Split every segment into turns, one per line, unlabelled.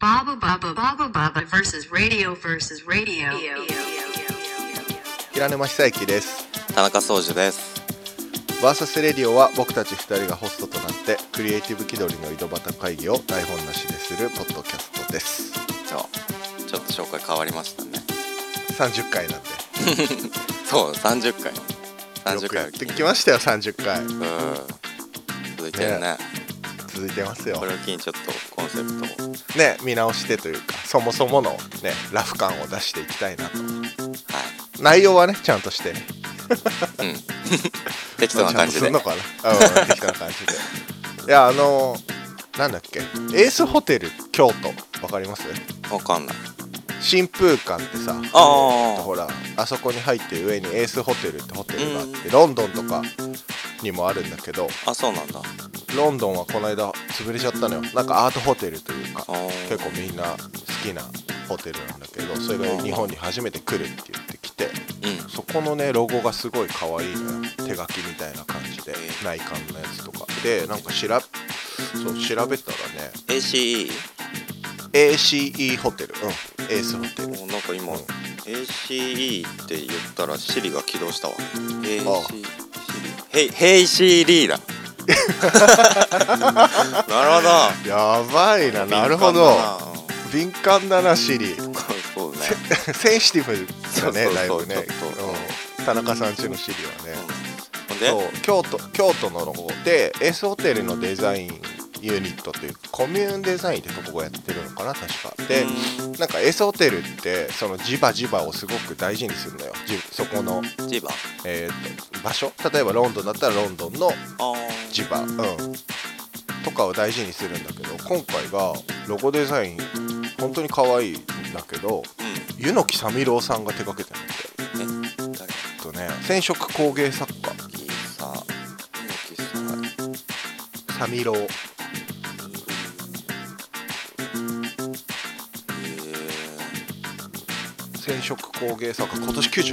Baba Baba Baba Baba versus radio versus radio.
平沼久之です
田中総司です
バーサスレディオは僕たち2人がホストとなってクリエイティブ気取りの井戸端会議を台本なしでするポッドキャストです
そうちょっと紹介変わりましたね
30回なんで
そう30回30
よくや
回
っ
を聞
て
い
きましたよ30回
うん続いてるね
ね続いてますよ
これを機にちょっとコンセプトを
ね見直してというかそもそものねラフ感を出していきたいなと
は
内容はねちゃんとしてね
いうん適当な感じ
ちゃんとす
で
んのかなうん適当な感じでい やあのなんだっけエースホテル京都わかります
わかんない
新風館ってさ
ああ
ほらあそこに入って上にエースホテルってホテルがあって、
うん
ロンドンとかにもあるんだけど
あそうなんだ
ロンドンはこの間潰れちゃったのよなんかアートホテルというか
あー
結構みんな好きなホテルなんだけどそれが日本に初めて来るって言ってきて
うん
そこのねロゴがすごい可愛いのよ手書きみたいな感じで
え
内観のやつとかでなんかしらそう調べたらね
ACE
ACE ホテルうんエースホテル
もうなんか今
うん
ACE って言ったらシリが起動したわ ACE
ああ
ヘイヘイシーリー だなるほど
やばいななるほど
敏感だな
敏感
うん
だなシリ
そうね
センシティブだねだい
そうそうそう
ぶね
ちょっと
うん田中さんちのシリはね
ほんで
そう京都京都のロゴでエースホテルのデザインユニットというかコミューンデザインってとこがやってるのかな確かで
うん
なんかエースホテルってその地場地場をすごく大事にするのよじそこの、
千葉
えーと場所例えばロンドンだったらロンドンの
あ
地場、うん、とかを大事にするんだけど今回がロゴデザイン本当に可愛いんだけど
あ
柚木三郎さんが手掛けてるんだって
うんえ誰だっ
えっとね染色工芸作家
けさ猪木さん
三郎染色工芸作家今年98
え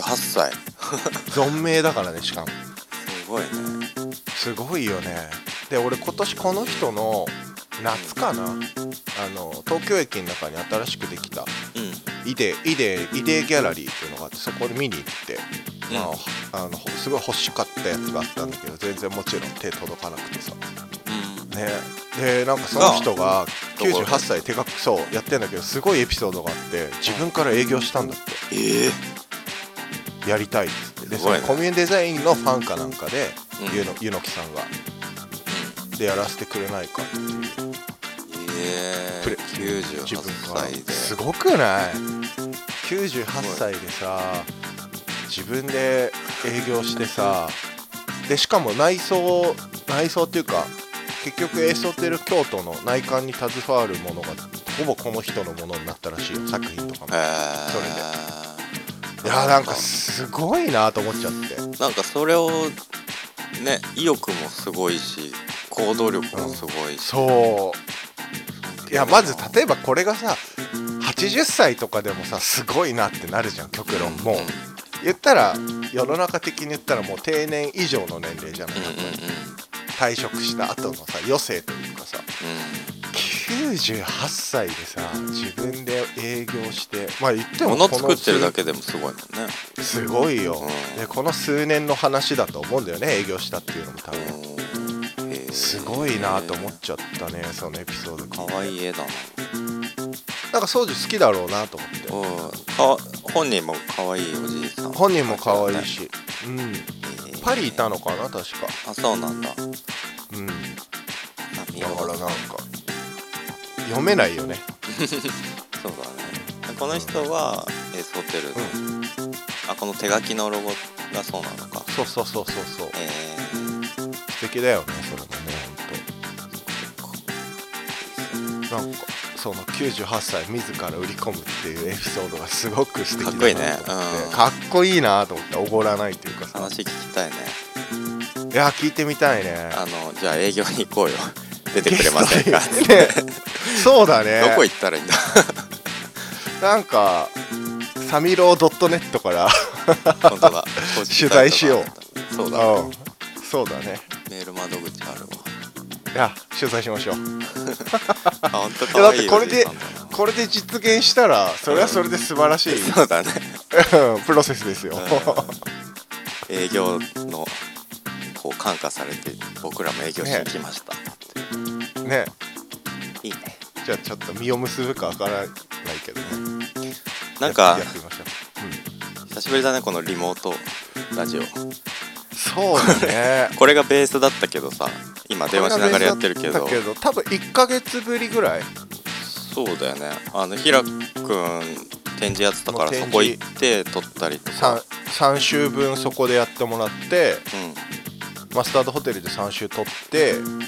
歳
98歳
存命だからねしかも
すごいね
すごいよねで俺今年この人の夏かなあの東京駅の中に新しくできた
うん
イデイデイデギャラリーっていうのがあってそこに見に行って、ま
うん
あ、あのほすごい欲しかったやつがあったんだけど全然もちろん手届かなくてさ
うん
ねでなんかその人が
どこ
98歳手書くそうやってんだけどすごいエピソードがあって自分から営業したんだっ
ええ
てやりたいっつってですそ
ごい
の
ね
コミュニデザインのファンかなんかで
うん
ゆのゆのきさんがでやらせてくれないかっていう
え
プ
え
レ
98
自分から
歳です
ごくない98歳でさ自分で営業してさでしかも内装内装っていうか結局エースホテル京都の内観に携わるものがほぼこの人のものになったらしいよ作品とかも
えー
それいやなんかすごいなと思っちゃって
なんかそれをね意欲もすごいし行動力もすごいし、
そういやまず例えばこれがさ80歳とかでもさすごいなってなるじゃん極論もう
うんうん
言ったら世の中的に言ったらもう定年以上の年齢じゃない
うん
退職した後のさ余生というかさ
う
98歳でさ自分で営業してまあ言って
んう
も
ん物作ってるだ
け
けでもすごいもんね
すごいよ
うん
でこの数年の話だと思うんだよね営業したっていうのも多分
うんへー
すごいなと思っちゃったねそのエピソード
か
聞いて
わいい絵だな
なんか掃除好きだろうなと思って
うんか本人もかわいいおじいさん
本人も可愛いし、うん、パリいた
の
のかな確か、
あそうなんだ
うん、だから
そ
な
うん
か読めないよね
だねこの人はエースホテルの、あこの手書きのロゴがそうなのか
そうそうそうそうそう
えー
素敵だよねそれもね本当なんかその98歳自ら売り込むっていうエピソードがすごく素敵だなと思って
かっこいいねうん
かっこいいなと思っておごらないっていうかさ
話聞きたいね
いや聞いてみたいね
あのじゃあ営業に行こうよ 出てくれませんか
ゲストにねそうだね
どこ行ったらいいんだ
なんかサミロー .net から
本当だ
取材しよ
そう
う
だ
んそうだね
メール窓口あるわ
いや取材しましょう
あ本当可愛い
いやだってこれで
おじいさんだ
これで実現したらそれはそれで素晴らしい、
なそうだね
うん プロセスですよ、
うん営業のこう感化されて僕らも営業しに来ました、
ね
いいね
じゃあちょっと実を結ぶかわからないけどね
なんか
やってみましょう、
久しぶりだねこのリモートラジ
う
オ
ん、そうだね
これがベースだったけどさ今 電話しながらやってるけど
だけど多分1ヶ月ぶりぐらい
そうだよねあの平くん展示やってたか
も
ら
う展示
そこ行って撮ったりとか
3, 3週分そこでやってもらって
う
マスタードホテルで3週取って
んで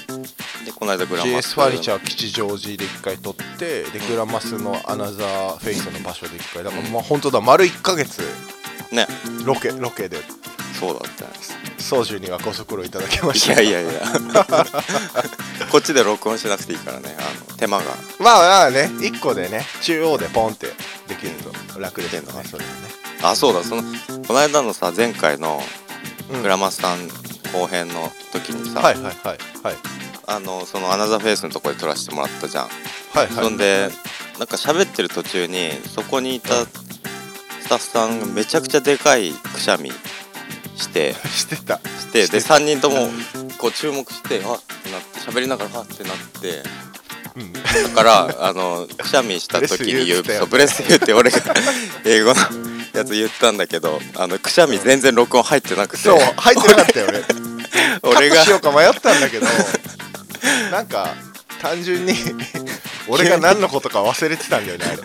この間グラマ
GS ファニチャ
ー
ー吉祥寺で1回取ってで
うん
グラマスのアナザーフェイスの場所で1回だから
うん
まあ本当だ丸1ヶ月
ね
ロケロケで
そうだったよね
宗樹にはご足労いただきまし
い
た
やいやいや こっちで録音しなくていいからねあの手間が
まあまあね1個でね中央でポンってできると楽ですよ
うん
ねそれはね
あそうだそのこの間のさ前回の
うん
グラマスさん後編の時にさ、
はいはいはいはい
あのそのアナザーフェイスのとこで撮らせてもらったじゃん、
はいはい
そんでなんか喋ってる途中にそこにいたスタッフさんがめちゃくちゃでかいくしゃみして
してた
して
して
で
た
3人ともこう注目してあってなって喋りながらあってなって
うん
だからあのくしゃみした時に言うそう
ブ
ブレス言うって俺 が英語のやつ言ったんだけどあのくしゃみ全然録音入ってなくて
そう入ってなかったよね
俺
カッ
が
トしようか迷ったんだけ どなんか単純に俺が何のことか忘れてたんだよねあれ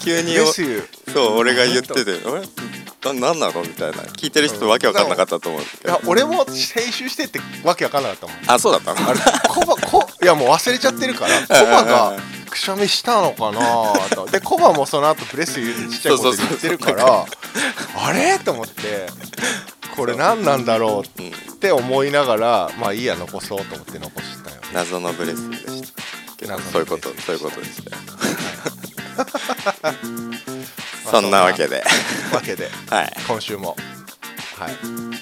急に
レスユー
そう俺が言ってて「あれななんなの?」みたいな聞いてる人わけわかんなかったと思うんだけ
いや
ど
俺も編集してってわけわかんなかったもん
あそうだったの
あれコバコいやもう忘れちゃってるからコバがくしゃみしたのかなとでコバもその後ブレスユーでちっちゃいこと言ってるからあれと思ってこれ何なんだろう
うん
って思いながらまあいいや残そうと思って残したよ
謎のブレスでしたけど
謎の
そういうこと
ブレス
そういうことでしたよ
まあ
そんなわけで
わけで
は
今週もはい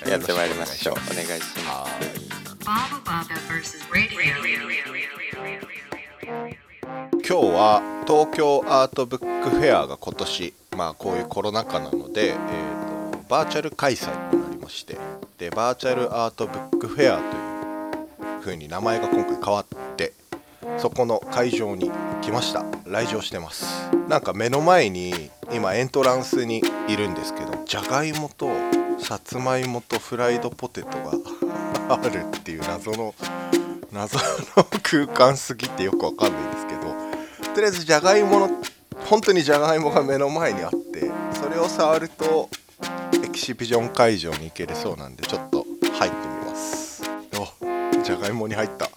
いやってまいりましょうお願いしま
は
す
ーい
Baba Baba versus radio.
今日は東京アートブックフェアが今年まあこういうコロナ禍なので、えーとバーチャル開催となりましてでバーチャルアートブックフェアというふうに名前が今回変わってそこの会場に来ました来場してますなんか目の前に今エントランスにいるんですけどじゃがいもとさつまいもとフライドポテトが あるっていう謎の謎の空間すぎてよくわかんないんですけどとりあえずじゃがいもの本当にじゃがいもが目の前にあってそれを触るとエキシビジョン会場に行けるそうなんでちょっと入ってみますおじゃがいもに入った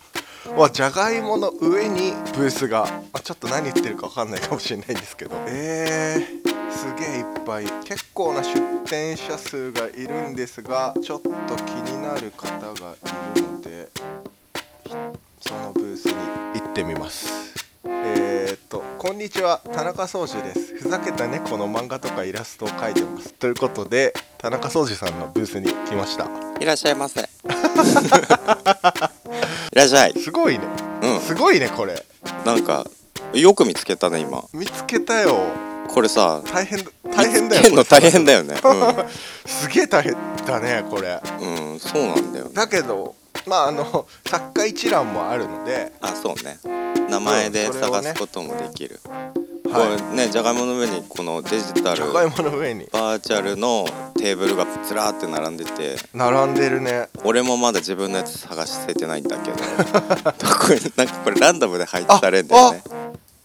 わじゃがいもの上にブースが、まあ、ちょっと何言ってるかわかんないかもしれないんですけどえー、すげえいっぱい結構な出店者数がいるんですがちょっと気になる方がいるのでそのブースに行ってみますえー、っとこんにちは田中壮司ですふざけた猫の漫画とかイラストを描いてますということで田中壮司さんのブースに来ました
いらっしゃいま せいらっしゃい
すごいね
う
すごいねこれ
んなんかよく見つけたね今
見つけたよ
これさ
大変だ大変だよ
見つけんの
これ
大変だよね
すげえ大変だねこれ
うん、うん、そうなんだよね
だけどまああの作家一覧もあるので
あそうね名前で
うんそれをね
探すこともできる、
はい
これねじゃがいもの上にこのデジタ
じ
ル
ゃがいもの上に
バーチャルのテーブルがずらーって並んでて
並んでるね
俺もまだ自分のやつ探しててないんだ けどどこになんかこれランダムで配置されんだよね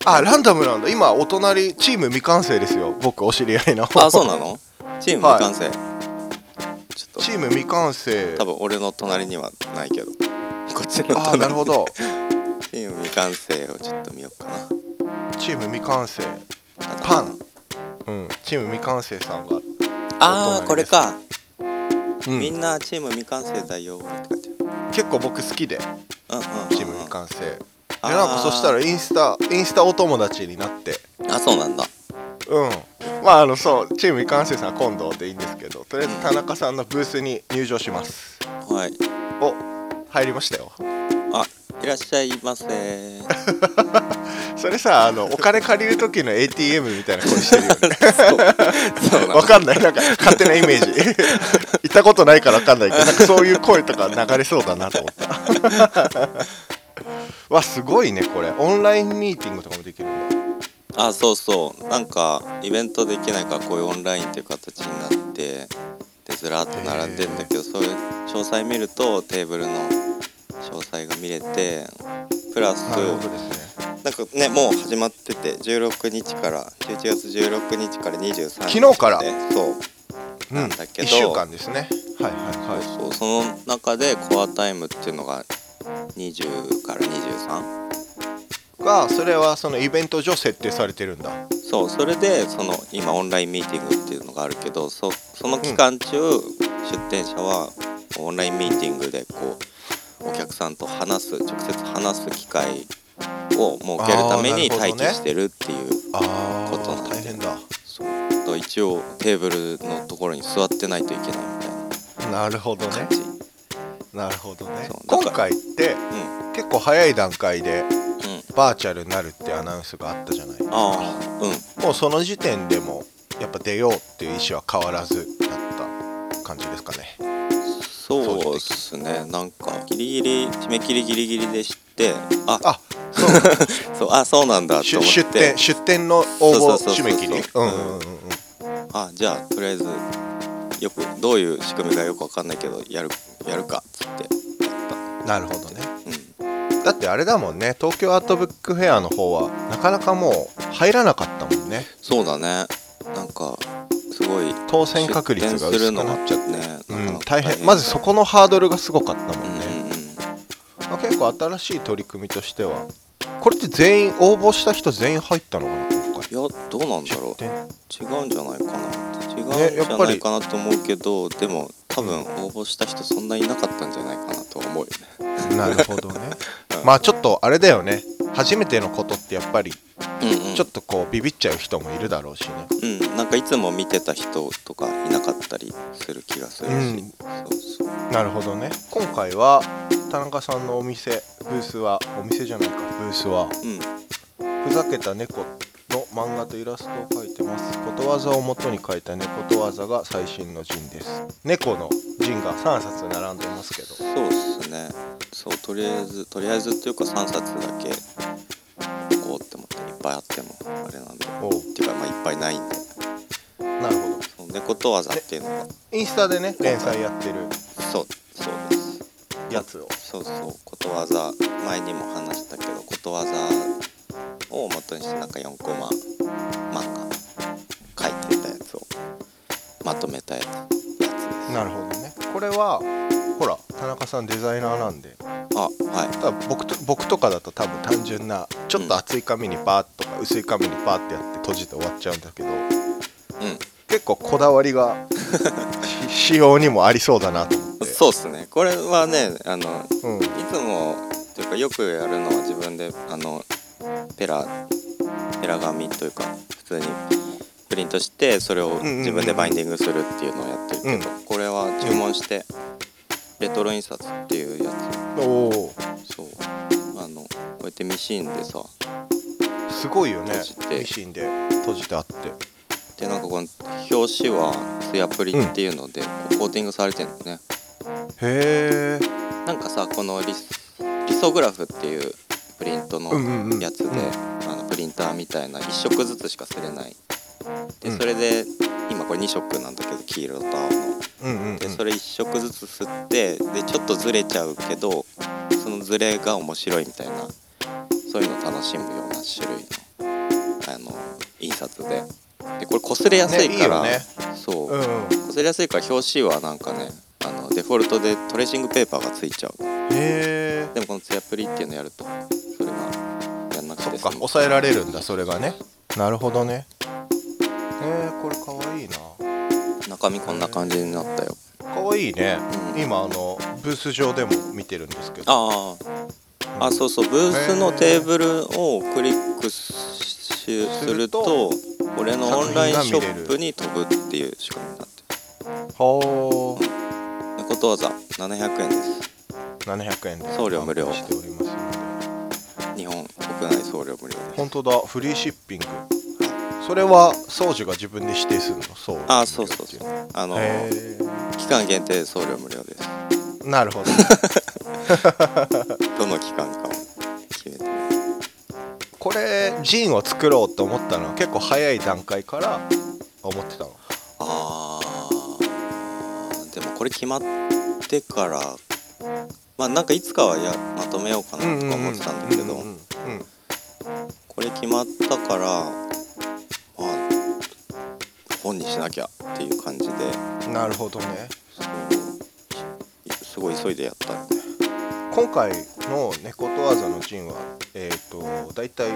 あランダムなんだ今お隣チーム未完成ですよ僕お知り合いの
あそうなのチーム
はい
未完成、ちょ っ
チーム未完成
と多分俺の隣にはないけどこっちの隣
ああなるほど
チーム未完成をちょっと見ようかな
チーム未完成パ
パ
ンうんチーム未完成さんが、
ああこれか、
う
み
ん、
んなチーム未完成だよって書いてある
結構僕好きで
うんうんうん
チーム未完成で
あー
なんかそしたらインスタインスタお友達になって
あそうなんだ
うんまああのそうチーム未完成さんは今度でいいんですけどとりあえず田中さんのブースに入場します
はい
お入りましたよ
あいらっしゃいませー
それさあのお金借りる時の ATM みたいな声して るよね
そうなの
わかんないなんか勝手なイメ ージ行ったことないからわかんないけどなんかそういう声とか流れそうだなと思った わすごいねこれオンラインミーティングとかもできるね
あそうそうなんかイベントできないからこういうオンラインっていう形になってでずらっと並んでんだけど、そういう詳細見るとテーブルの詳細が見れてプラス
なるほどですね
なんかねもう始まってて16日から11月16日から23日まで
昨日から
そう
う
なんだけど
1週間ですねはいはいはい
そうその中でコアタイムっていうのが20から23
がそれはそのイベント上設定されてるんだ
そうそれでその今オンラインミーティングっていうのがあるけどそその期間中、出店者はオンラインミーティングでこうお客さんと話す直接話す機会を設けるために
あーなる
待
ほどね
機してるっていう
ああ
ことなんだ
大変だ
そうだから一応テーブルのところに座ってないといけないみたいな
なるほどね
感じ、
なるほどね
そうだ
今
から
回って
うん
結構早い段階で
うん
バーチャルになるってアナウンスがあったじゃない
ああうん
もうその時点でもやっぱ出ようっていう意思は変わらずだった感じですかね
そうですねなんかギリギリ締め切りギリギリで知ってあ
あ
そうあそうなんだと
出
思っ
出
て
店出店の応募締め切り
そうそうそうそう
うんうんうんうん
あじゃあとりあえずよくどういう仕組みかよくわかんないけどやるやるかっつって
なるほどね
うん
だってあれだもんね東京アートブックフェアの方はなかなかもう入らなかったもんね
そうだねなんかすごい
当選確率が
出店す
薄
る
く
のが
なっちゃって、
ね
う
なか
ん
な、か
大変まずそこのハードルがすごかったも
うんん
ね、
うんうん
まあ結構新しい取り組みとしてはこれって全員応募した人全員入ったのかな今
いやどうなんだろう
回
違うんじゃないかな違うん
ね
じ
やっ
ゃ
ぱ
な
り
いかなと思うけど、でも多分応募した人そんなにいなかったんじゃないかなとは思うよ
なるほど ねまあちょっとあれだよね初めてのことってやっぱりち
ね、うんうん、
ょっとこうビビっちゃう人もいるだろうしね
うん、なんかいつも見てた人とかいなかったりする気がするし、
うん
そうそう
なるほどね今回は田中さんのお店ブースはお店じゃないかブースは
うん
ふざけた猫の漫画とイラストを描いてますことわざを元に描いた猫とわざが最新の陣です猫の陣が3冊並んでますけど
そうっすねそうとりあえずとりあえずっていうか3冊だけこうって思っていっぱいあってもあれなんで
お
っ
う
ていうかまあいっぱいないんで
なるほど
そう猫とわざっていうのが
インスタでね連載やってる
そうそうです
やつを
そうそうことわざ前にも話したけどことわざを元にしてなんか4コマ漫画書いてたやつをまとめたやつです
なるほどねこれはほら田中さんデザイナーなんで
あは
多分僕と僕とかだと多分単純なちょっと厚い紙にパーッとか薄い紙にパーッてやって閉じて終わっちゃうんだけど
いうん
結構こだわり がし仕様にもありそうだなと思って
そうっすねこれはねあの
う、ん、
いつもというかよくやるのは自分であのペラペラ紙というか普通にプリントしてそれを
んうんうん
自分でバインディングするっていうのをやってるけど、これは注文してレトロ印刷っていうや
おお
つそうあのこうやってミシンでさ
すごいよね
閉じて
ミシンで閉じてあって
でなんかこの表紙はツヤプリっていうので、こうコーティングされてるのね
へえ
なんかさこのリスリソグラフっていうプリントの
うんうんうん
やつで、
うん
あのプリンターみたいな1色ずつしかすれないで、
うん
それで今これ2色なんだけど黄色と青の
うんうん、うん、
でそれ1色ずつ吸ってでちょっとずれちゃうけどそのずれが面白いみたいなそういうのを楽しむような種類のあの印刷ででこれ擦れやすい
ねいい
から、
よね
そう、
うんうん
擦れやすいから表紙はなんかねあのデフォルトでトレーシングペーパーがついちゃう
へえ
でもこのツヤプリっていうのやるとそれがやんなく
そ
て
っ
で
か抑えられるんだそれがねなるほどねえー、これかわいいな
中身こんな感じになったよ
かわいいね
うん
今あのブース上でも見てるんですけど
あああそうそうブースのテーブルをクリックし
す
す
る
る
と
と俺のオンラインショップに飛ぶっていう仕組みになって
ほー
ることわざ700円です
700円で
送料無料
販売しております
日本国内送料無料です
本当だフリーシッピングそれは宗樹が自分で指定するのそう
あそうそうそうあの
へ
期間限定送料無料です
ーなるほ ど
どの期間かを決めて
これジンを作ろうと思ったのは結構早い段階から思ってたの
あーでもこれ決まってからまあなんかいつかはやまとめようかなとか思ってたんだけど、
うんうんうん
これ決まったからまあ本にしなきゃっていう感じで
うんなるほどね
すごい急いでやったよね
今回の「猫とわざ」のジンはえっ、ー、と大体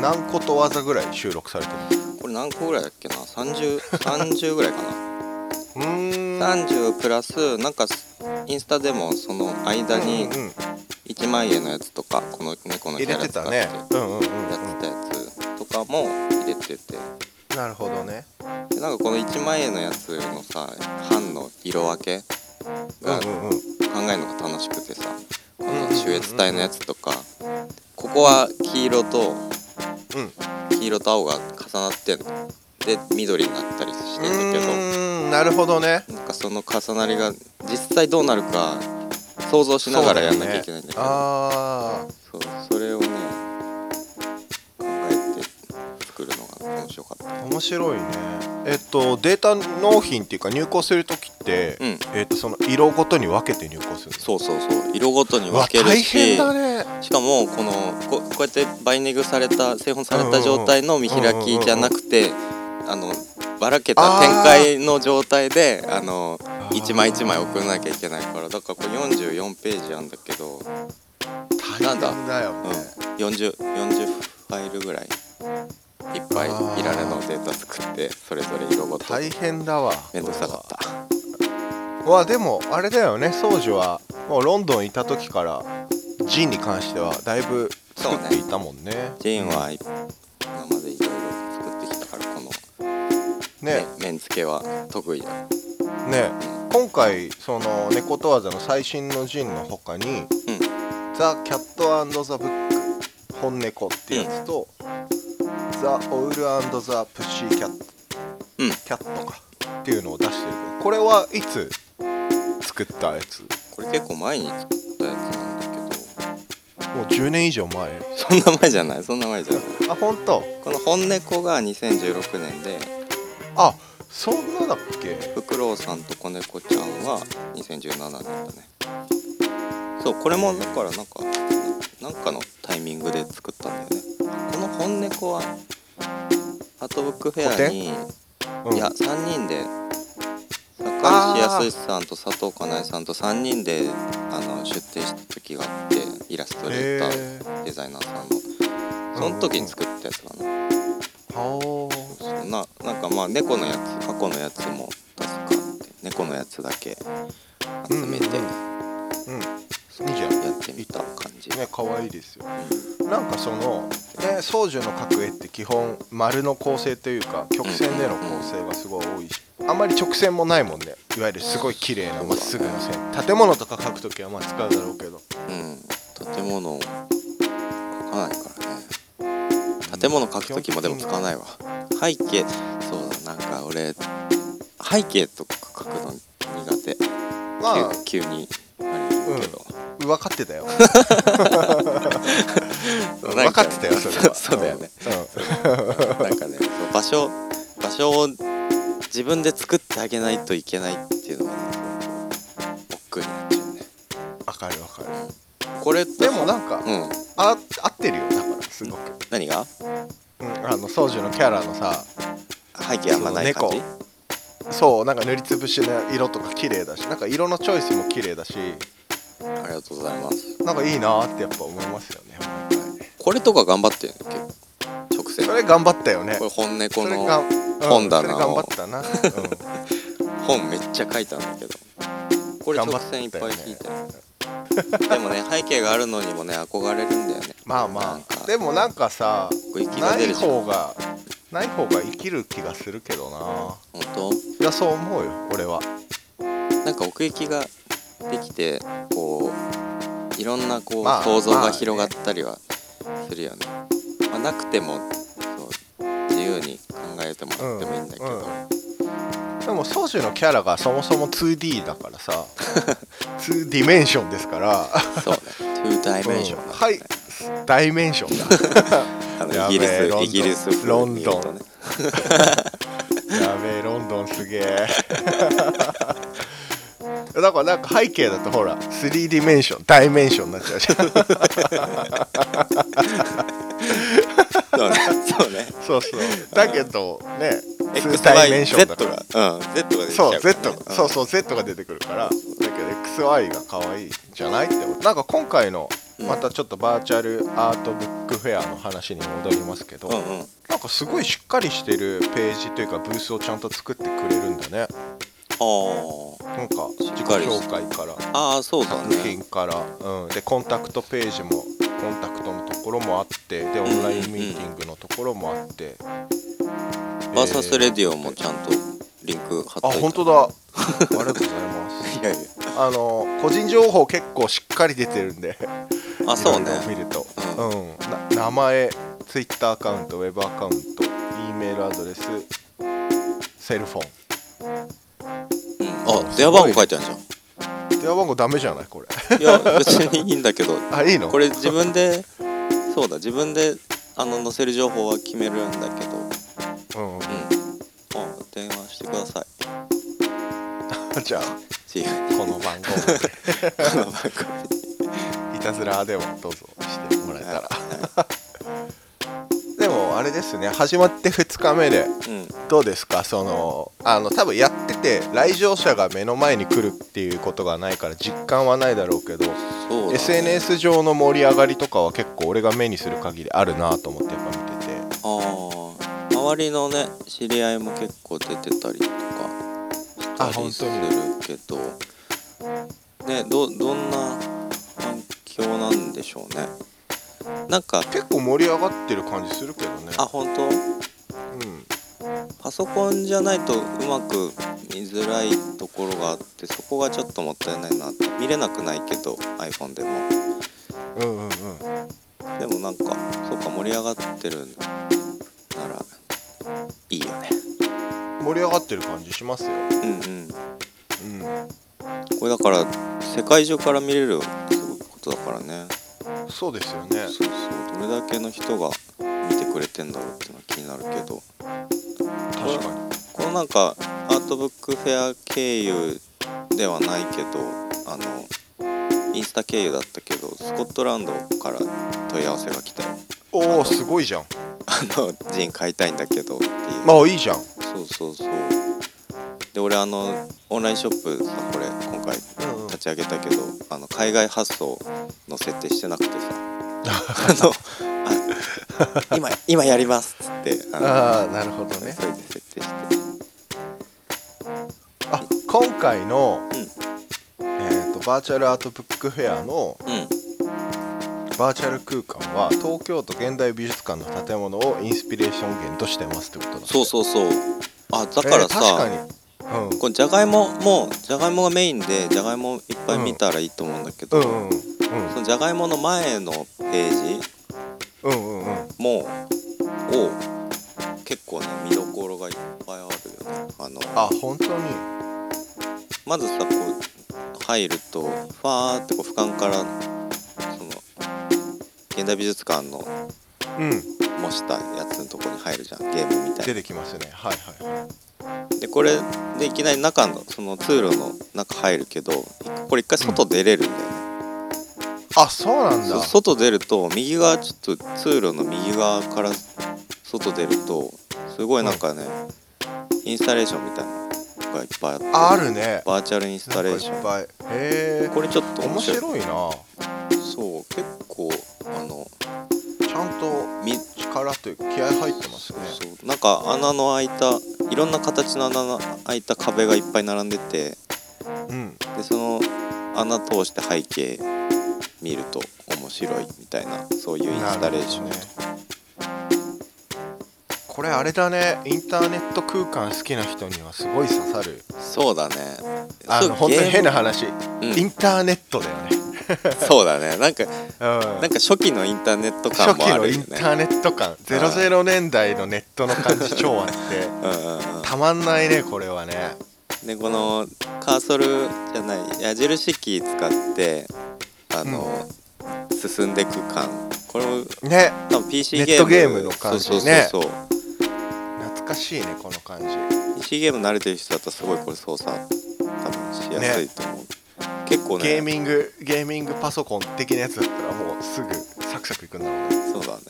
何ことわざぐらい収録されてる
これ何個ぐらいだっけな3030 30ぐらいかな
うーん
30プラスなんかインスタでもその間に
うんうん
1万円のやつとかこの猫のキ
入
ャ
れ
ラ
て
使ったてや
ね
っ
うんうんうんうん
てたやつとかも入れてて
なるほどね
でなんかこの1万円のやつのさ版の色分け
うん
が
う
考
んうん
えるのが楽しくてさ
う
こ
んうん
の
うん
集越体のやつとかここは黄色と
うん
黄色と青が重なってで緑になったりしてんだけど。
うーんなるほどね
なんかその重なりが実際どうなるか想像しながらやんなきゃいけないんだけど
あー
そう,、それをね考えて作るのが面白かった
面白いねえっとデータ納品っていうか入稿する時って、
うん
えっとその色ごとに分けて入稿するんです
そうそうそう色ごとに
うわ
分ける
大
し、
変だね
しかもこのここうやってバイネグされた製本され
うんうんう
た
ん
状態の見開きじゃなくてあのばらけた展開の状態であの一枚一枚送らなきゃいけないからだからこれ44ページあんだけど、
大変だよ
う
ね、
ん 40, 40ファイルぐらいいっぱいいられのデータ作ってそれぞれ色ごと
大変だわ
めんどくさかった
うわでもあれだよね宗樹はもうロンドンいた時からジンに関してはだいぶ作っていたもんね
ジェーンは今までいろいろ作ってきたからこの、
ね
め面付けは得意だ
ね今回その「猫とわざ」の最新のジンの他に
うん
「ザ・キャットザ・ブック」「本猫」ってやつと「ザ・オウルザ・プッシーキャット」
うん
キャットかっていうのを出してるけどこれはいつ作ったやつ
これ結構前に作ったやつなんだけど
もう10年以上前
そんな前じゃないそんな前じゃない
あ本当
この本猫が2016年で
あそんなだっけ
フクロウさんと子猫ちゃんは2017年だねそうこれもだからなんかなんかのタイミングで作ったんだよねこの本猫はハートブックフェアに、
うん
いや3人で坂石康さんと佐藤かなえさんと3人であの出展した時があってイラストレーター
え
デザイナーさんのその時に作ったやつかな、
ー、おー
そんななんかまあ猫のやつ過去のやつも出すかって猫のやつだけ集めて
うんうん
そう
いいじ
や
ゃん
ってみた感じ、
ね可愛いですよなんかそのね宗樹の描く絵って基本丸の構成というか曲線での構成がすごい多いしあんまり直線もないもんねいわゆるすごい綺麗なまっすぐの線建物とか描く時はまあ使うだろうけど
うん、建物を描かないからね建物描く時もでも
基
つ
本的
か
に
ないわ背景そうだなんか俺背景とか描くの苦手、
まあ
急急にあれ言うけど、
分かってた よ
そう
分かってたよそれは
そうだよね、
うん
なんかねそう場所場所を自分で作ってあげないといけないっていうのがね億劫になっちゃうね
分かる分か
これ
るでもなんか
うん
あ合ってるよだからすごく、
何が
うん、あの宗樹のキャラのさ
背景あんまない感じ
そうそうなんか塗りつぶしの色とか綺麗だしなんか色のチョイスも綺麗だし
ありがとうございます
なんかいいなーってやっぱ思いますよね毎回
これとか頑張ってるね結構直線
それ頑張ったよね
これ本猫
それ
の
が
本
う
棚
ん、それ頑張ったな、う
本めっちゃ書いたんだけどこれ
頑張
直
ったよ
線い
ね
っぱい引いてるでもね背景があるのにもね憧れるんだよね
ん、まあ
な
ま
ん
あ
か
でもなんかさ
僕息が
な
出
い
るじゃん
方がない方が生きる気がするけどな
本
いやそう思うよ俺は
当なんか奥行きができてこういろんなこう
まあ
想像が広がったりはするよね、まあ、なくてもそう自由に考えてもらってもいいんだけど、
うんでも宗主のキャラがそもそも 2D だから さ2ディメンションですから
そうね2ダ イメンション、
うんはいダイメンションだ
あの
や
イ
べえ
ギリス
ロンドン
イギリス風に言うとね
やべえロンドンすげえ だからなんか背景だとほら3ディメンションダイメンションになっちゃうじゃん
そうねそうね
そうそうだけどね2
X
ダイメン
Y
ションだ
Z
から
がうん Z が出てきち
そ
ゃ
う
うからね
Z がそうそう Z が出てくるからだけど XY が可愛いじゃないってことなんか今回の
うん
またちょっとバーチャルアートブックフェアの話に戻りますけど、
うんうんうん
なんかすごいしっかりしてるページというかブースをちゃんと作ってくれるんだね
あー
なんか
し
自己
っかり
紹介から
あーそうだ
作品
ね
から、うん、でコンタクトページもコンタクトのところもあってでオ
ん
ンラインミーティングのところもあって、
バーサス
えー
レディオもちゃんとリンク貼っと
あ
いた
本当 だありがとうございます
いやいや
あの個人情報結構しっかり出てるんで
あそう
いろいろ見
ね
ると、
う
うん、な名前ツイッターアカウントウェブアカウント E メールアドレスセルフォン
うんあ電話番号書いてあるじゃん
電話番号ダメじゃないこれ
いや別にいいんだけど
あいいの
これ自分でそうだ自分であの載せる情報は決めるんだけど、
うんうん
うん、あ電話してください
じゃあ
自由に
この番号まで
この番組で
いたずらでもどうぞしてもらえたら でもあれですね始まって2日目で
うん
どうですかそのあの多分やってて来場者が目の前に来るっていうことがないから実感はないだろうけど
そうだ、ね、
SNS 上の盛り上がりとかは結構俺が目にする限りあるなと思ってやっぱ見てて
ああ周りのね知り合いも結構出てたりとか
あ
したりする
本
けどねどどんな環境なんでしょうねなんか
結構盛り上がってる感じするけどね
あ本当
うん
パソコンじゃないとうまく見づらいところがあってそこがちょっともったいないなって見れなくないけど iPhone でも
うんうんうん
でもなんかそうか盛り上がってるならいいよね
盛り上がってる感じしますよ
うんうん
うん
これだから世界中から見れるってことだからね
そうですよね
そうそうどれだけの人が見てくれてんだろうっていうのは気になるけど
確かに
このなんかアートブックフェア経由ではないけどあのインスタ経由だったけどスコットランドから問い合わせが来たよ
おおすごいじゃん
あのジン買いたいんだけどっていう、
まあいいじゃん
そうそうそうで俺あのオンラインショップさこれ今回
うんうん
立ち上げたけど、あの海外発送の設定して なくてさあのあ今今やりますっつってあの
ああなるほどね
それで設定して
あ今回の、
うん
えー、とバーチャルアートブックフェアの
うん
バーチャル空間は東京都現代美術館の建物をインスピレーション源としてますってことだ
そうそうそうあだからさ、
えー確かに
これじゃがいももうじゃがいもがメインでじゃがいもいっぱい見たらいいと思うんだけ
う
ど、
んうんうん
そのじゃがいもの前のページ
うんうんうんうん
もを結構ね見どころがいっぱいあるよねあの
あ本当に
まずさこう入るとファーってこう俯瞰からその現代美術館の
うん
模したやつのとこに入るじゃんゲームみたい
出
な
てきますねはいはいはい
でこれでいきなり中のその通路の中入るけどこれ一回外出れるんだよね、
あそうなんだ
そ外出ると右側ちょっと通路の右側から外出るとすごいなんかね、インスタレーションみたいなのがいっぱいあって
あるね
バーチャルインス
な
タ
んか
レ
い
ーショ
っ
ン
ぱいへ
これちょっと
え面
面白い
白いな
そう結構あの
ちゃんと
み
力というか気合入ってます
そ
ね
うそうなんか穴の開いたいろんな形の穴の開いた壁がいっぱい並んでて
うん
でその穴通して背景見ると面白いみたいなそういうインスタレーション
なるほどねこれあれだねインターネット空間好きな人にはすごい刺さる
そうだね
あ
そう
の本当に変
ゲ
な話、
ームうん
インターネットだよね
そうだねなんか
うん
なんか初期のインターネット感
初
も
期
あ
の
る
イン
よね
ターネット感00年代のネットの感じ超あって
うんうんうん
たまんないねこれはね
でこのカーソルじゃない矢印キー使ってあの、進んでいく感これも
ね
多分 PC ゲーム
ネットゲームの感じ
そうそう
ね
そうそう
懐かしいねこの感じ
PC ゲーム慣れてる人だとすごいこれ操作多分しやすいと思う、結構ね
ゲーミングゲーミングパソコン的なやつだったらもうすぐサクサクいくんだろうね
そうだね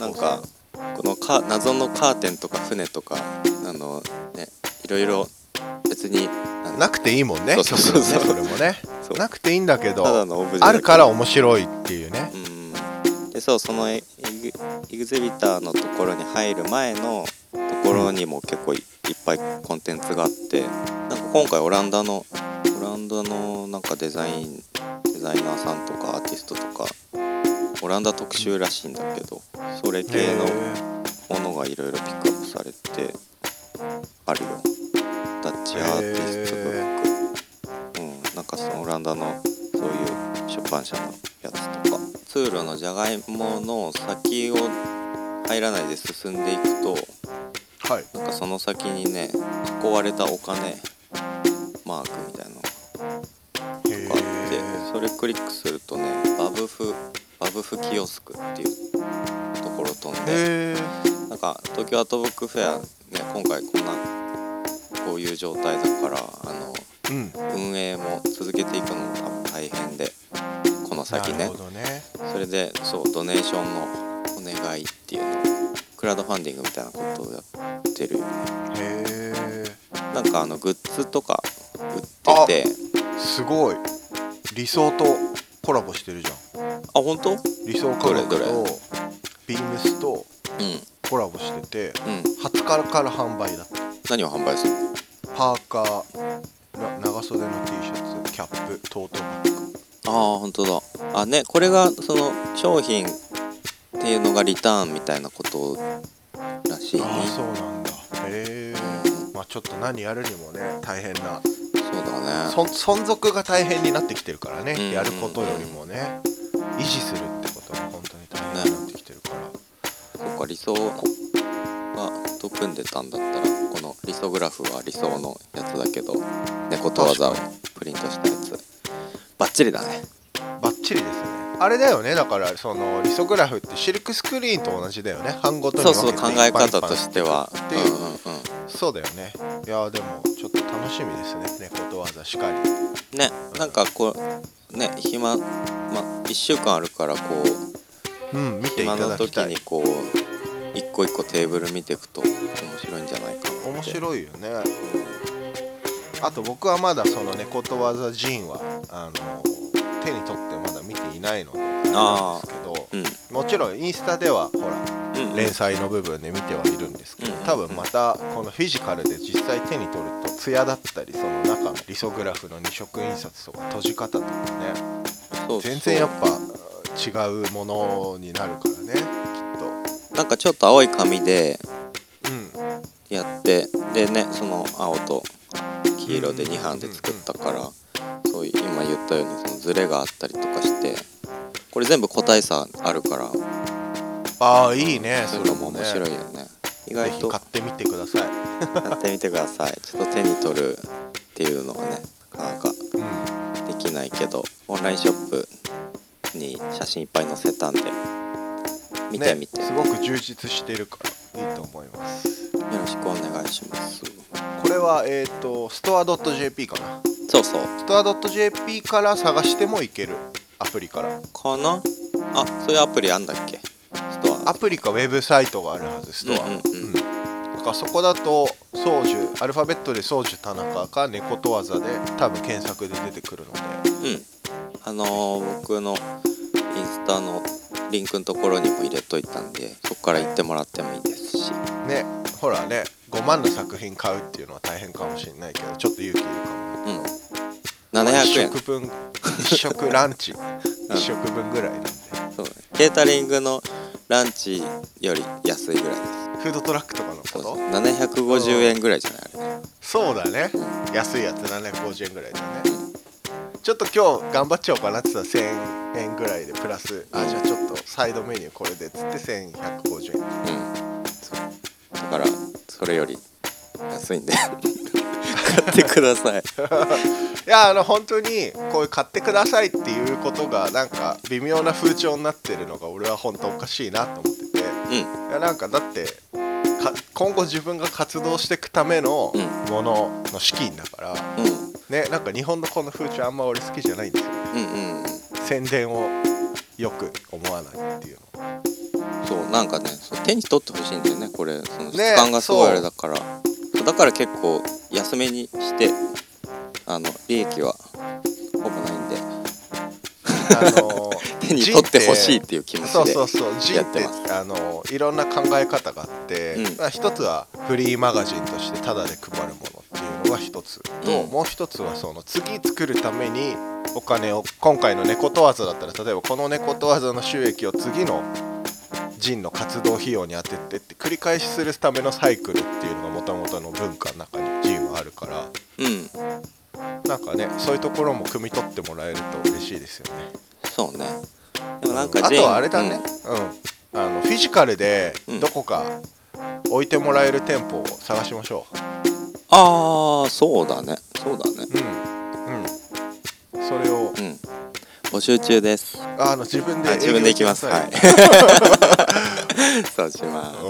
なんかこのカー謎のカーテンとか船とかあのねいろいろ別にあの
なくていいもんね
そうそうそうそう
曲のねそれもね
そう
なくていいんだけ
ただ
ど
のオブジェだ
あるから面白いっていうね
うんでそうそのエグエグゼビターのところに入る前のところにも結構いいっぱいコンテンツがあってなんか今回オランダのオランダのなんかデザインデザイナーさんとかアーティストとかオランダ特集らしいんだけどそれ系のものがいろいろピックアップされてあるよダッチアーティストブック、うん、なんかそのオランダのそういう出版社のやつとか通路のじゃがいもの先を入らないで進んでいくと
はい
なんかその先にね囲われたお金マークみたいなの
へ
があって
ー
それクリックするとねバブフバブフキオスクっていうところ飛んで。
へ
なんか東京アートブックフェア、ね、今回こんなこういう状態だからあの
ーうん
運営も続けていくのも多分大変でこの先
なる
ね
ほどね
それでそうドネーションのお願いっていうのクラウドファンディングみたいなことをやってるよね
へ
なんかあのグッズとか売ってて
ーすごい理想とコラボしてるじゃん
あ本当うん
理想科学
どれど
とビームスとコラボしてて
うん
20日から販売だった
何を販売するの
パーカーら長袖の T シャツキャップトートバッグ
ああ本当だあねこれがその商品っていうのがリターンみたいなことらしいね
ああそうなんだへえまあちょっと何やるにもね大変な
そうだね
そ存続が大変になってきてるからね、
うん
やることよりもね維持するってことが本当に大変になってきてるから、
そっか理想がと組んでたんだったらこの理想グラフは理想のやつだけど猫と技をプリントしたやつバッチリだね
バッチリですねあれだよねだからそのリソグラフってシルクスクリーンと同じだよね版ごとに
そ
分
う
けて
そう考え方としては
一
う
般一般っ
んう
てい
ん
う
う
そうだよねいやでもちょっと楽しみですね猫と技しかり
んねなんかこうね暇まあ1週間あるからこう
うん見てい
暇
た
の
だき
時
たい
にこう一個一個テーブル見ていくと面白いんじゃないかなって
面白いよねあと僕はまだその猫と技ジーンはあの手に取ってまだ見ていないのであれな
あ
んですけ
うん
どもちろんインスタではほら
うんうん
連載の部分で見てはいるんですけど
うん
多分またこのフィジカルで実際手に取ると艶だったりその中のリソグラフの二色印刷とか閉じ方とかね
そうそう
全然やっぱ違うものになるからねきっと。
なんかちょっと青い紙で
うん
やってでねその青と黄色で2班で作ったからそういう今言ったようにそのズレがあったりとかしてこれ全部個体差あるから
ああいいね
そ
そう
いう
れ
のも
もね
面白いよね意
ぜ
外
ひ
と
買ってみてください、
やってみてく ださいちょっと手に取るっていうのがねなかなか
うん、
できないけどオンラインショップに写真いっぱい載せたんで見てみて、
ね、す
よ
ごく充実してるからいいと思います
ろしくお願いします
これはえっ、とストア .jp かな
そうそう
ストア .jp から探してもいけるアプリから
かなあそういうアプリあんだっけストア
アプリかウェブサイトがあるはずストア
うんうんうん
だからそこだと宗樹アルファベットで宗樹田中か猫とわざで多分検索で出てくるので
うん、あのー僕のインスタのリンクのところにも入れといたんでそこから行ってもらってもいいですし
ねほらね5万の作品買うっていうのは大変かもしれないけどちょっと勇気いるかも
うん
一
700円
食分一食ランチ、一食分ぐらいなんで
そうねケータリングのランチより安いぐらいです
フードトラックとかのこ
そうそう
と
750円ぐらいじゃないあれ
そうだね安いやつ750円ぐらいだねちょっと今日頑張っちゃおうかなって言ったら1000円ぐらいでプラスあじゃあちょっとサイドメニューこれでっつって1150円
うんそうだからそれより安いんで 買ってくだ さい
いやあの本当にこういう買ってくださいっていうことがなんか微妙な風潮になってるのが俺は本当おかしいなと思っててい
うん
やなんかだってか今後自分が活動していくための
うん
ものの資金だから
うん
ねなんか日本のこの風潮あんま俺好きじゃないんですよね
うんうん
宣伝をよく思わない っていうの
そうなんかねそう手に取ってほしいんだよねこれその質
ね
感がすごい
そう
あれだから、だから結構安めにしてあの利益はほぼないんで
あの
手に取ってほしいっ
人
ていう気持ちで
そうそうそう人
や
っ
って
て
ま
あのいろんな考え方があって、
うん
まあ、一つはフリーマガジンとしてタダで配るものっていうのが一つと、
うん
もう一つはその次作るためにお金を今回の猫とわずだったら例えばこの猫とわずの収益を次の人の活動費用に当ててって繰り返しするためのサイクルっていうのがもともとの文化の中に人はあるから
うん
なんかねそういうところも汲み取ってもらえると嬉しいですよね。
そうねでもなんか
あ
ジェーン
とはあれだね、うんあのフィジカルで
うん
どこか置いてもらえる店舗を探しましょ
ああそうだねそうだね
ううんうんそれを
うん募集中です
あの自分で
あ自分で行きます
営
は
業して
い そうします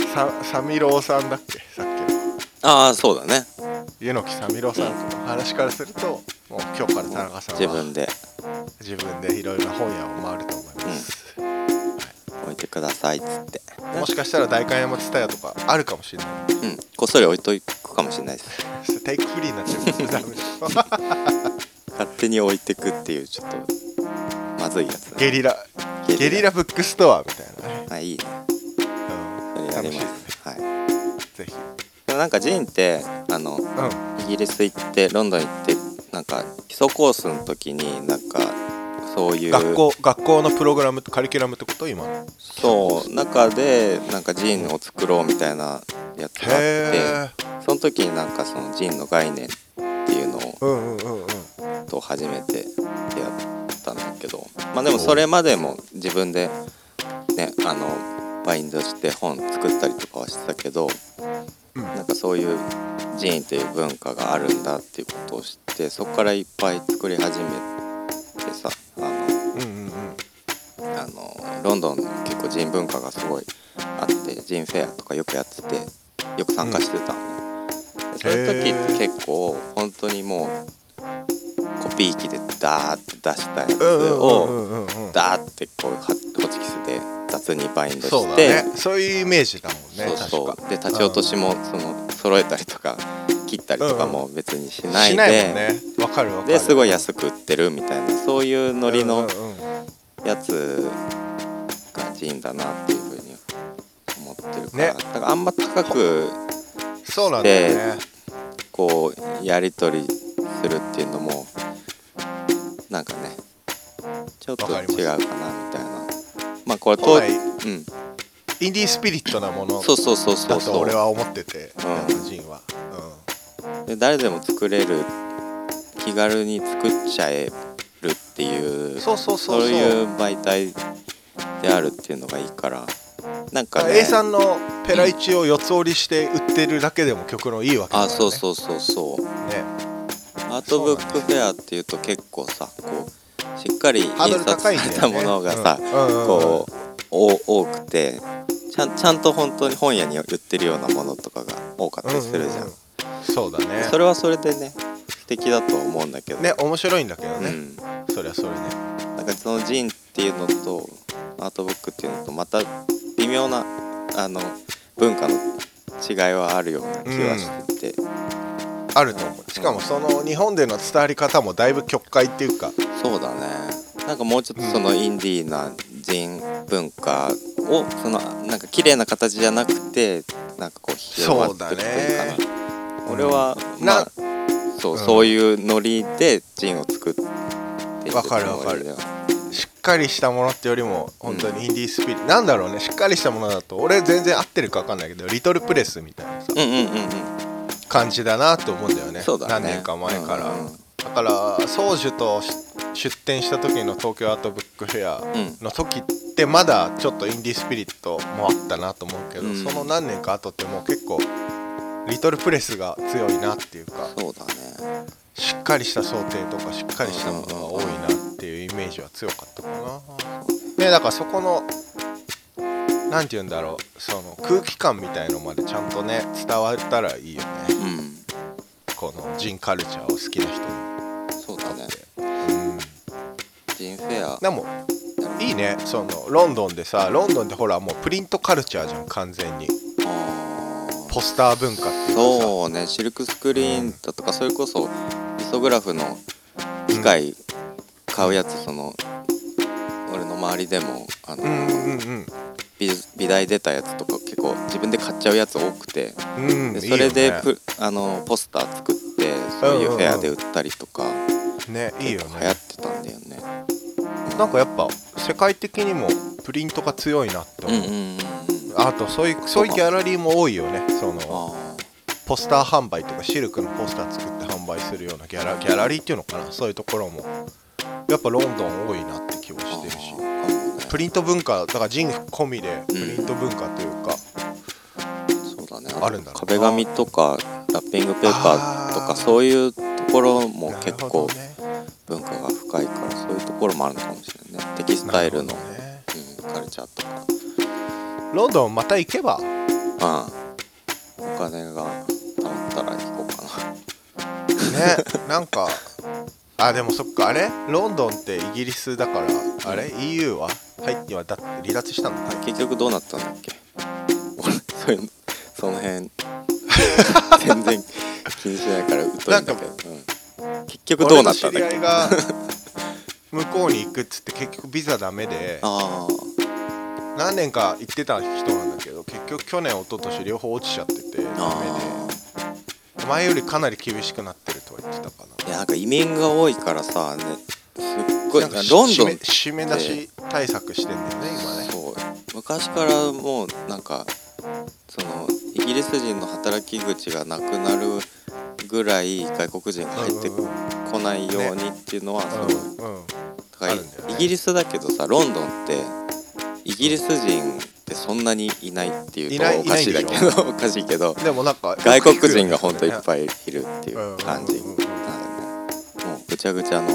くださいうんさサミローさんだっけさっきの
ああそうだね
柚木サミローさんとの話からするともう今日から田中さんは
自分で
自分でいろいろな本屋を回ると思います、
置いてくださいっつって
もしかしたら代官山蔦屋とかあるかもしれない
うんこっそり置いとくかもしれないです
テイクフリーになっちゃうダメ だ
勝手に置いてくっていうちょっとまずいやつだ
ゲリラゲリラブックストアみたいなね、
はいいいね
うん
それやりますは
ぜひ。
いでもなんかジェーンってあの
うん。
イギリス行ってロンドン行ってなんか基礎コースの時になんかそういう
学校学校のプログラムとカリキュラムってこと今の。
そう中でなんかジーンを作ろうみたいなやつがあって
へえ。
その時になんかそのジーンの概念っていうのを
うんうんうんうん。
と初めてやったんだけどまあでもそれまでも自分でねあのバインドして本作ったりとかはしてたけど、
うん
なんかそういう寺院という文化があるんだっていうことを知ってそこからいっぱい作り始めてさあ
う
の
んうんうん。
あのロンドン結構寺院文化がすごいあって寺院フェアとかよくやっててよく参加してたのね、でそういう時って結構本当にもうコピー機でダーって出したやつを。
うんうんうんうんうん。
ダーってこうはホチキスで雑にバインド
そう
し
だ
て
ね。そういうイメージだもんね。
そう
確
そ
か
うで立ち落としもその揃えたりとか切ったりとかも別にしな
し
いで、
ないもんね。わかるわかる。
ですごい安く売ってるみたいなそういうノリ
うん
の
うんうん
やつがジーンだなっていうふうに思ってるか
ね
ら、だからあんま高く
そうなんだよね。
こうやり取りするっていうのもなんかねちょっと
わか
違
り
う
ま
かなみ
す
たいなまあこれ
本
と、
来
うん、
インディースピリットなもの
そうそうそうそ
だ
う
と
そう
俺は思ってて、
ん
やっぱジンは。
で誰でも作れる気軽に作っちゃえるっていう
うん。そうそうそう
そう
そ。
いうう媒体であるっていうのがいいからなんかね
A さんのペライチを四つ折りして売ってるだけでも曲のいいわけだから
あ
ね。
そうそうそうそう
う。ね。
アートブックフェアっていうと結構さこうしっかり印
ハードル
刷
高
さ
いん
れ
だよね
たものがさ、
うんうんうんうん
こうお多くてちゃんちゃんと本当に本屋に売ってるようなものとかが多かったりするじゃん,、
うううんそうだね
それはそれでね素敵だとは思うんだけど
ね面白いんだけど
う
ね、
ん、
そりゃそれで
なんかそのジーンっていうのとアートブックっていうのとまた微妙なあの文化の違いはあるような気はしてて、
あると思うしかもその日本での伝わり方もだいぶ曲解っていうか
そうだねなんかもうちょっとそのインディーなジーン文化をそのなんか綺麗な形じゃなくてなんかこう広がっていくという
そう
かな俺は、
うん
ま
な
あそう、
うん
そういうノリでジーンを作っていく
わかるわかる
つもりでは
しっかりしたものってよりも本当にインディースピリット、なんだろうねしっかりしたものだと俺全然合ってるか分かんないけどリトルプレスみたいなさ
うんうんうんうん
感じだなと思うんだよね
そうだね
何年か前から、
うんうん
だから宗樹とし出店した時の東京アートブックフェア
うん
の時ってまだちょっとインディースピリットもあったなと思うけど、
うん
その何年か後ってもう結構リトルプレスが強いなっていうか
そうだね
しっかりした想定とかしっかりしたものが多いなっていうイメージは強かったかな。ねだからそこの何て言うんだろうその空気感みたいのまでちゃんとね伝わったらいいよね
うん
このジンカルチャーを好きな人に。
そうだね
うん
人生や
でもいいねそのロンドンでさロンドンってほらもうプリントカルチャーじゃん完全に
あー
ポスター文化っていうかさ
そうねシルクスクリーンだとかそれこそリソグラフの機械買うやつその俺の周りでもあの、
うんうん
美美大出たやつとか結構自分で買っちゃうやつ多くて
うんうん
でそれ
いい
で
よ
プあのポスター作ってそういうフェアで売ったりとか
ねねいいよ
結構流行
ね
ってたんだよね。
なんかやっぱ世界的にもプリントが強いなって
うん
思う、
うんうんうん
あとそういうそういうギャラリーも多いよねその
あ
ポスター販売とかシルクのポスター作って販売するようなギャラギャラリーっていうのかなそういうところもやっぱロンドン多いなって気も
ー
してるし
あー
プリント文化だから人込みでプリント文化というか、
そうだね
あるんだろうな
壁紙とかラッピングペーパー
あ
と
ー
かそういうところも
なる
結
ほ
構
どね
文化が深いからそういうところもあるのかもしれないねテキスタイルの、
なるほどね
うん、カルチャーとか
ロンドンまた行けば
うんお金が貯まったら行こうかな
ねなんかあでもそっかあれロンドンってイギリスだからあれ EU は入ってはだって離脱したのか
結局どうなったんだっけ俺そういうのその辺全然気にしないから疎いんだけど、うん結局どうなったんだっ
俺の知り合
け
いが向こうに行くっつって結局ビザダメで
ああ
何年か行ってた人なんだけど結局去年一昨年両方落ちちゃっててダメ
あ
で前よりかなり厳しくなってるとは言ってたかな
あいやなんか移民が多いからさ、ね、すっごい
なんか
ロン
締
ド
め
ン
締め出し対策してんだよね今ね
そう昔からもうなんかそのイギリス人の働き口がなくなるぐらい外国人が入ってこないようにっていうのは、その
うんうん
だから
あるんだよね
イギリスだけどさロンドンってイギリス人ってそんなにいないっていう
い
と
ない
おかしいだけ
いないでし
どおかしいけど
でもなんか
外国人がほんといっ
い
ぱいいるっていう感じ
うんうんうん
な
うん
んだよねもうぐちゃぐちゃの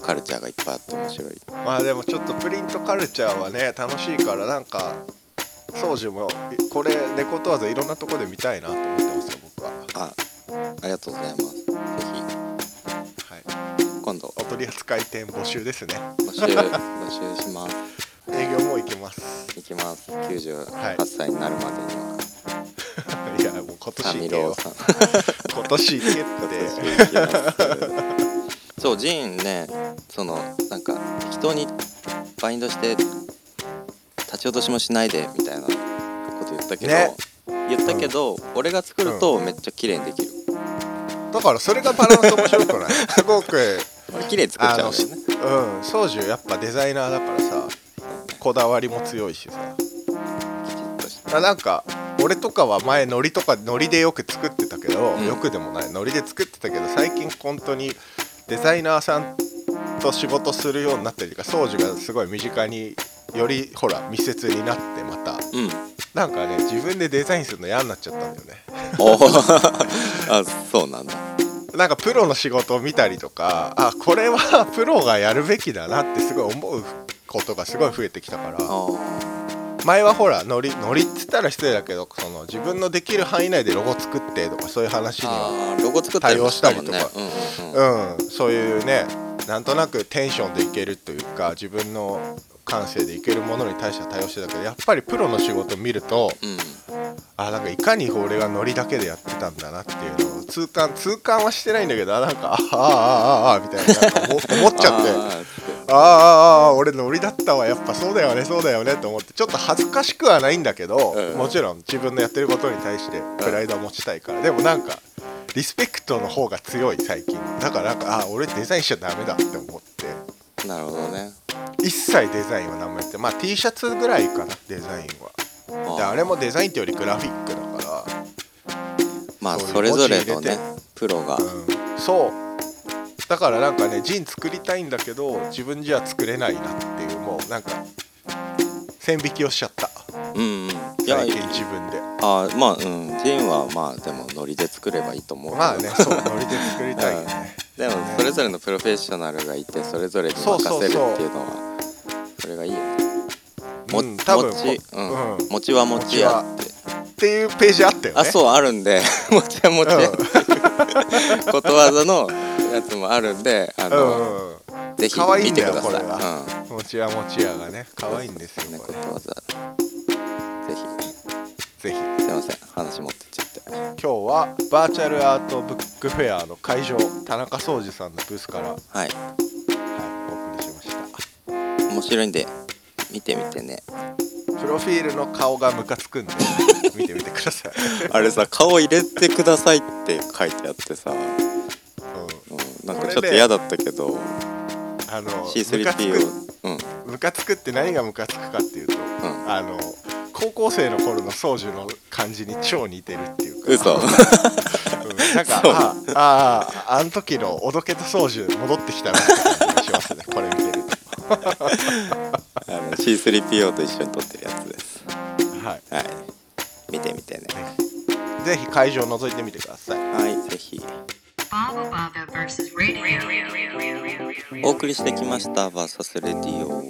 カルチャーがいっぱいあって面白い
まあでもちょっとプリントカルチャーはね楽しいからなんか宗樹もこれレコとわずいろんなとこで見たいなと思ってますよ僕は
あありがとうございますぜ
はい
ひ今度
お取り扱い店募集ですね
募集募集します
営業も行きます
いきます98
はい
歳になるまでにはい
やもう今年
三
行けよ
郎さん
今年行けって
そうジーンねそのなんか適当にバインドして立ち落としもしないでみたいなこと言ったけど、
ね
言ったけど、俺が作るとめっちゃ綺麗にできる、
だからそれがバランス面白く ないすごく
俺綺麗に作っ
あ
ちゃ
の
うんだよね
うん宗樹やっぱデザイナーだからさこだわりも強いしさ
きちっとして
あなんか俺とかは前ノリとかノリでよく作ってたけど、
うん
よくでもないノリで作ってたけど最近本当にデザイナーさんと仕事するようになったりとか掃除がすごい身近によりほら密接になってまた
うん
なんかね自分でデザインするの嫌になっちゃったんだよね
おーあそうなんだ
なんかプロの仕事を見たりとかあこれはプロがやるべきだなってすごい思うことがすごい増えてきたから
あー
前はほらノリノリっつったら失礼だけどその自分のできる範囲内でロゴ作ってとかそういう話には
あーロゴ作ったりもしたもんね
対応した
うんうんうん
うんそういうねなんとなくテンションでいけるというか自分の感性でいけるものに対しては対応してたけどやっぱりプロの仕事を見ると
うん
あなんかいかに俺がノリだけでやってたんだなっていうのを痛感痛感はしてないんだけどあなんかああああああみたいななんか思思っちゃって。
あーつって
ああああ俺ノリだったわやっぱそうだよねそうだよねと思ってちょっと恥ずかしくはないんだけど、
うん
もちろん自分のやってることに対してプライドを持ちたいから、でもなんかリスペクトの方が強い最近だからなんかああ俺デザインしちゃダメだって思って
なるほどね
一切デザインはダメってまあ T シャツぐらいかなデザインは
ー
であれもデザインってよりグラフィックだか
まあ
そういう
それぞれの
文字入れ
ね
て
プロ
ら、
が
うん、そうだからなんかねジン作りたいんだけど自分じゃ作れないなっていうもうなんか線引きをしちゃった
うんうんいや
最近自分で
あーまあうんジンはまあでもノリで作ればいいと思うけど
まあねそうノリで作りたいよ ね
でもそれぞれのプロフェッショナルがいてそれぞれに任せるっていうのはそれがいいよねも
うん多分
もちう
うんんっ
もちはもちやって
ていうページあったよね
あそうあるんで もちはもちやって ことわざのやつもあるんであ
うん
の、
うん
ぜひ
可愛い
見
んだ
て
よ
ください
これはうんもちやもちやがね可愛いんです
うんね
よ
こ
こと
わざぜ
れぜひ
ひすいません話持ってっちゃって
今日はバーチャルアートブックフェアの会場田中壮司さんのブースから、はい、
はい
お送りしました
面白いんで見てみてね
プロフィールの顔がムカつくんで見てみてくだ さい、
あれさ顔入れてくださいって書いてあってさ、
う
う、
ん
なんかちょっと嫌だったけど
ん、あのムカつ
C3P
く
を、うん、
ムカつくって何がムカつくかっていうと、
ん
あの高校生の頃の宗樹の感じに超似てるっていうか
嘘
うんなんか
そう
ああああの時のおどけた宗樹戻ってきたなって感じがします ねこれ見てる
あの C3PO と一緒に撮ってるやつです
とはい
はい見てみてね
ぜひ会場を覗いてみてください
はいぜひ
Baba Baba versus radio.
お送りしてきました「バーサスレディオ」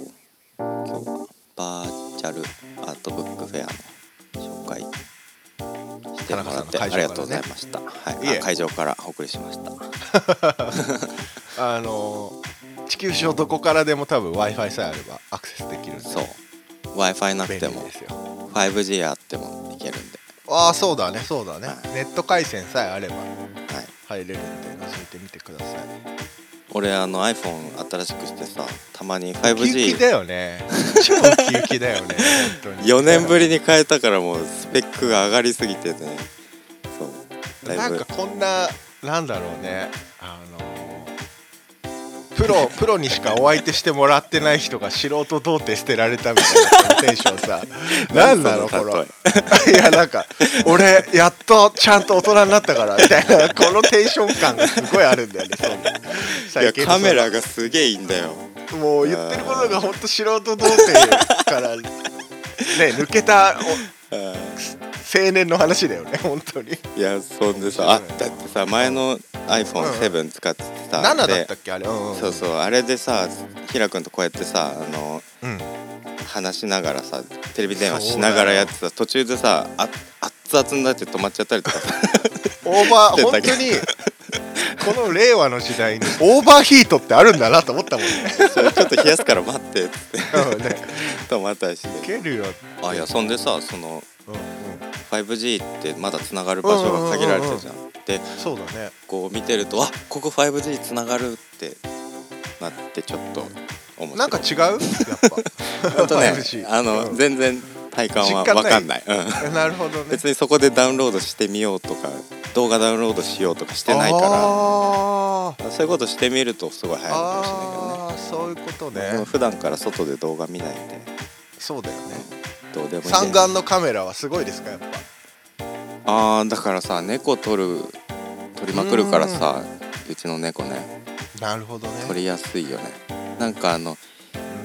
今日はバーチャルアートブックフェアの紹介してもらって
田中さんの会場から
あ
ね
りがとうございました、はい
いえ
あ会場からお送りしました
あのー地球上どこからでも多分 w i f i さえあればアクセスできるんで
そう w i f i なく
便
て
利
も
ですよ
5G あってもいけるんで、
ああそうだねそうだね
はい
ネット回線さえあれば
はい、
入れるんで覗いてみてください
俺あの iPhone 新しくしてさたま
ウ
に
キウキ
5G4
だよ ね超ウキウキだよね本当に
年ぶりに変えたからもうスペックが上がりすぎてねそうだ
ないん
ぶ
かこんななんだろうねあのープロプロにしかお相手してもらってない人が素人童貞捨てられたみたいなテンション さなんなのこ
そ例
の
え
いやなんか俺やっとちゃんと大人になったからみたいなこのテンション感がすごいあるんだよねそう
いや
最近の
カメラがすげえいいんだよ
もう言ってることが本当素人童貞から ね抜けた
うん
お青年の話だよね本当に
いやそんでさあ
面白い
だってさ前の
う
iPhone7 使ってた
7だ
で
ったっけあれうんうん
そうそうあれでさひらくんとこうやってさあの
うん
話しながらさテレビ電話しながらやってた途中でさあ熱々になって止まっちゃったりとかさ
オーバー
出
本
たけど
当にこの令和の時代にオーバーヒートってあるんだなと思ったもんね
それちょっと冷やすから待ってっつって
うんね
止まったりし
い
て
けるよ
あいやそんでさその
うんうん
5G ってまだつながる場所が限られてるじゃんで
そうだね
こう見てるとあここ 5G つながるってなってちょっと思
なんか違うやっ ぱ
ほんとね
5G
あの、
うん
全然体感は
実感な
分
い
かんない、うん
なるほどね
別にそこでダウンロードしてみようとか動画ダウンロードしようとかしてないか
あー
らそういうことしてみるとすごい流行るかもしれないけど
あ
ね
ーそういうこと
でも
ね
普段から外で動画見ないんで
そうだよね
どうでもいいんだよ
三眼のカメラはすごいですかやっぱ
あーだからさ猫撮る撮りまくるからさうちの猫ね
なるほどね
撮りやすいよねなんかあの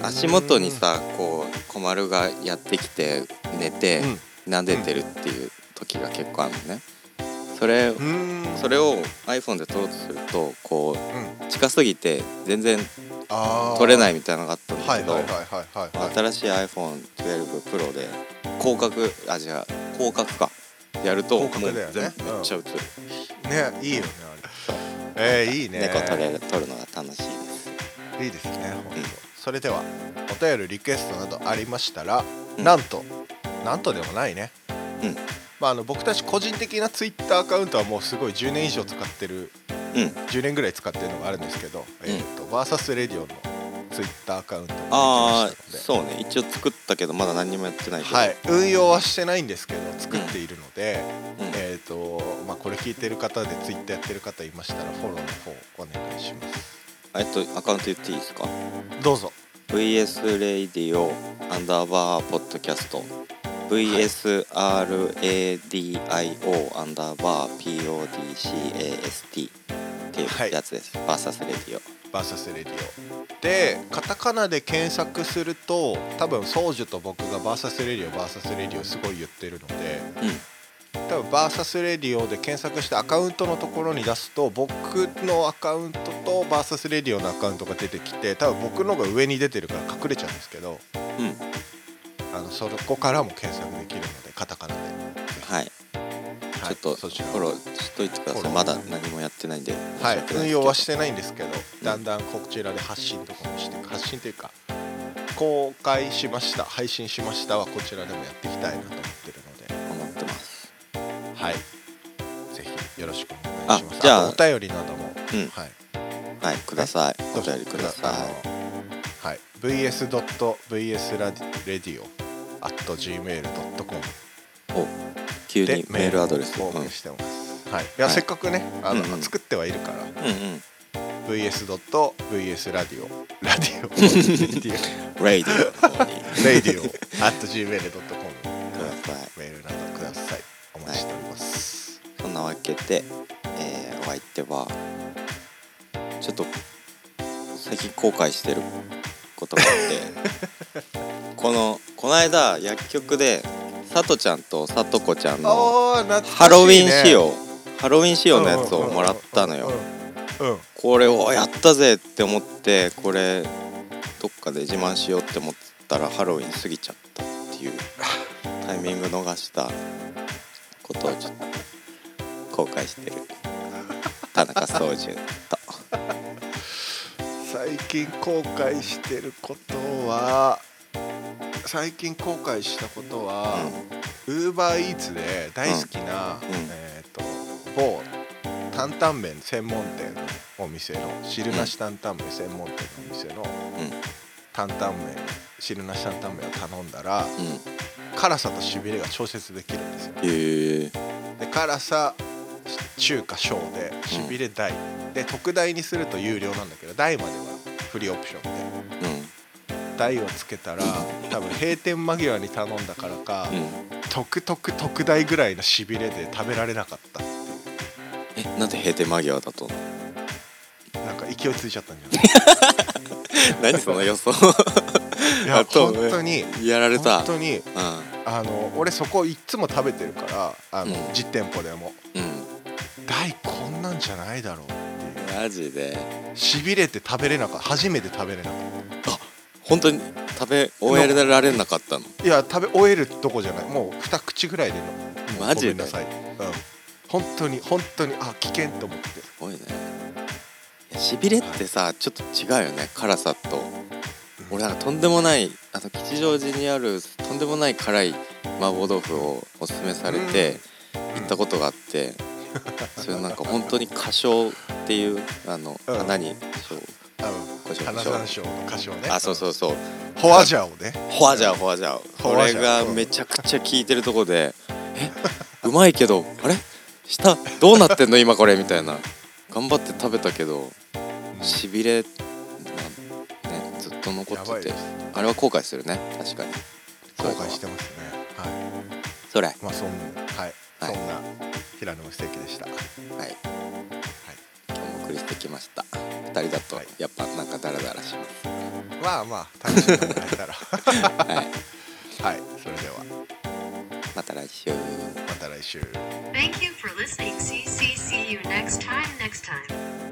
足元にさこう小丸がやってきて寝て撫でてるっていう時が結構あるのねそれ
うんうん
それを iPhone で撮ろうとするとこ
う
う近すぎて全然
あー
撮れないみたいなのがあった
は
んだ
い
け
はいはい
ど
はいはいはい
新しい iPhone12Pro で広角あ違う広角かやるともう
広角だよね
全部めっちゃ映る
ねいいよねあれえー、いいね
猫撮れる撮るのが楽しいです
いいですね本当
うん
それではお便りリクエストなどありましたら、
うん
なんとなんとでもないね、
うん
まあ、あの僕たち個人的なツイッターアカウントはもうすごい10年以上使ってる
うん
10年ぐらい使ってるのがあるんですけど、えー、とバーサスレディオのツイッターアカウントができま
あ
し
あ
たので
そうね一応作ったけどまだ何にもやってないけど、
はい、運用はしてないんですけど作っているので、
うん
えーとまあ、これ聞いてる方でツイッターやってる方いましたらフォローの方お願いします
えっとアカウント言っていいですか
どうぞ
VS レイディオアンダーバーポッドキャスト VSRADIO アンダーバー PODCAST っていうやつです、バーサスレディオ
バーサスレディオでカタカナで検索すると多分宗樹と僕がバーサスレディオバーサスレディオすごい言ってるので多分バーサスレディオで検索してアカウントのところに出すと僕のアカウントとバーサスレディオのアカウントが出てきて多分僕のが上に出てるから隠れちゃうんですけど
うんうん
あのそこからも検索できるのでカタカナで、
はいちょっと
そ
フ
ちら
ォローしといてくだ
フォロー
さいまだ何もやってないんで
はい
申し訳ない
運
ですけど
用はしてないんですけどだんだんこちらで発信とかもして発信というか公開しました配信しましたはこちらでもやっていきたいなと思ってるので
思ってます
はい。ぜひよろしくお願
あ
いします。
じゃあ
お便りなども、
うん
はい。
はいください
ど
お
うぞ
便りください。
あのはい。vs ドット vs ラレディオ at gmail ドットコム
お急に
で
メールアドレス
を
を
お
うんうん
送りしてます。はい。いや、
はい
せっかくね、あの、
うんうん
作ってはいるから、
うん
vs ドット vs ラディオラデ ィオレディ
レイディオの方に
オレディオ at gmail ドットコム
ください
メールなどください。お待ちしております。
そんなわけで、えーお相手はちょっと最近後悔してることがあって このこの間薬局でさとちゃんとさとこちゃんの
おお、懐かしいね
ハロウィン仕様、ハロウィン仕様のやつをもらったのよ
うん。うん。
これをやったぜって思ってこれどっかで自慢しようって思ったらハロウィン過ぎちゃったっていうタイミング逃したことをちょっと後悔してる田中宗純と
最近後悔してることは最近後悔したことはウーバーイーツで大好きな、
んうん
えー、と某担々麺専門店のお店の汁なし担々麺専門店のお店の
うん
担々麺汁なし担々麺を頼んだら
うん
辛さとしびれが調節できるんですよ
へえ
で辛さ中華小でしびれ大、で特大にすると有料なんだけど大まではフリーオプションで
う
台をつけたら多分閉店間際に頼んだからか、
んうん
特特特大ぐらいのしびれで食べられなかった
えなんで閉店間際だと
なんか勢いついちゃったん じゃない
何その予想
いや
あと
本当に
やられた
本当に
う
あの俺そこいっつも食べてるからあの、
うん
実店舗でも
んうん
大こんなんじゃないだろうっていう
マジで
しびれて食べれなかった初めて食べれなかっ
本当に食べ終えられなかったの
たいや食べ終えるとこじゃないもう二口ぐらいでのもう
マジで
ごめんなさい、うん、本当に本当にあ危険と思って
すごいねいやしびれってさちょっと違うよね辛さと俺なんかとんでもないあの吉祥寺にあるとんでもない辛い麻婆豆腐をおすすめされて
ん
行ったことがあって、それなんか本当に花椒っていうあの、
うん
花にそう
あの
胡椒
花
胡椒
山椒の歌詞をね
あそうそうそう
ホワジャオね
ホワジャオホワジャオ
ホ
こ
ワ
れ
ジャオ
がめちゃくちゃ効いてるとこでえうまいけどあれ下どうなってんの今これみたいな頑張って食べたけどしびれがねずっと残
やば
っ
い
て
で
て
す
あれは後悔するね確かに
後悔してますねは
それはい
まあそんはい、
はい
そんな平野の奇跡でした
い今日もお送りしてきました二人だと
はい
やっぱなんかダラダラします
まあまあ楽しんでもらえたら
はい
はいそれでは
また来週
また来週
Thank you for listening. See, see, see you next time. Next time.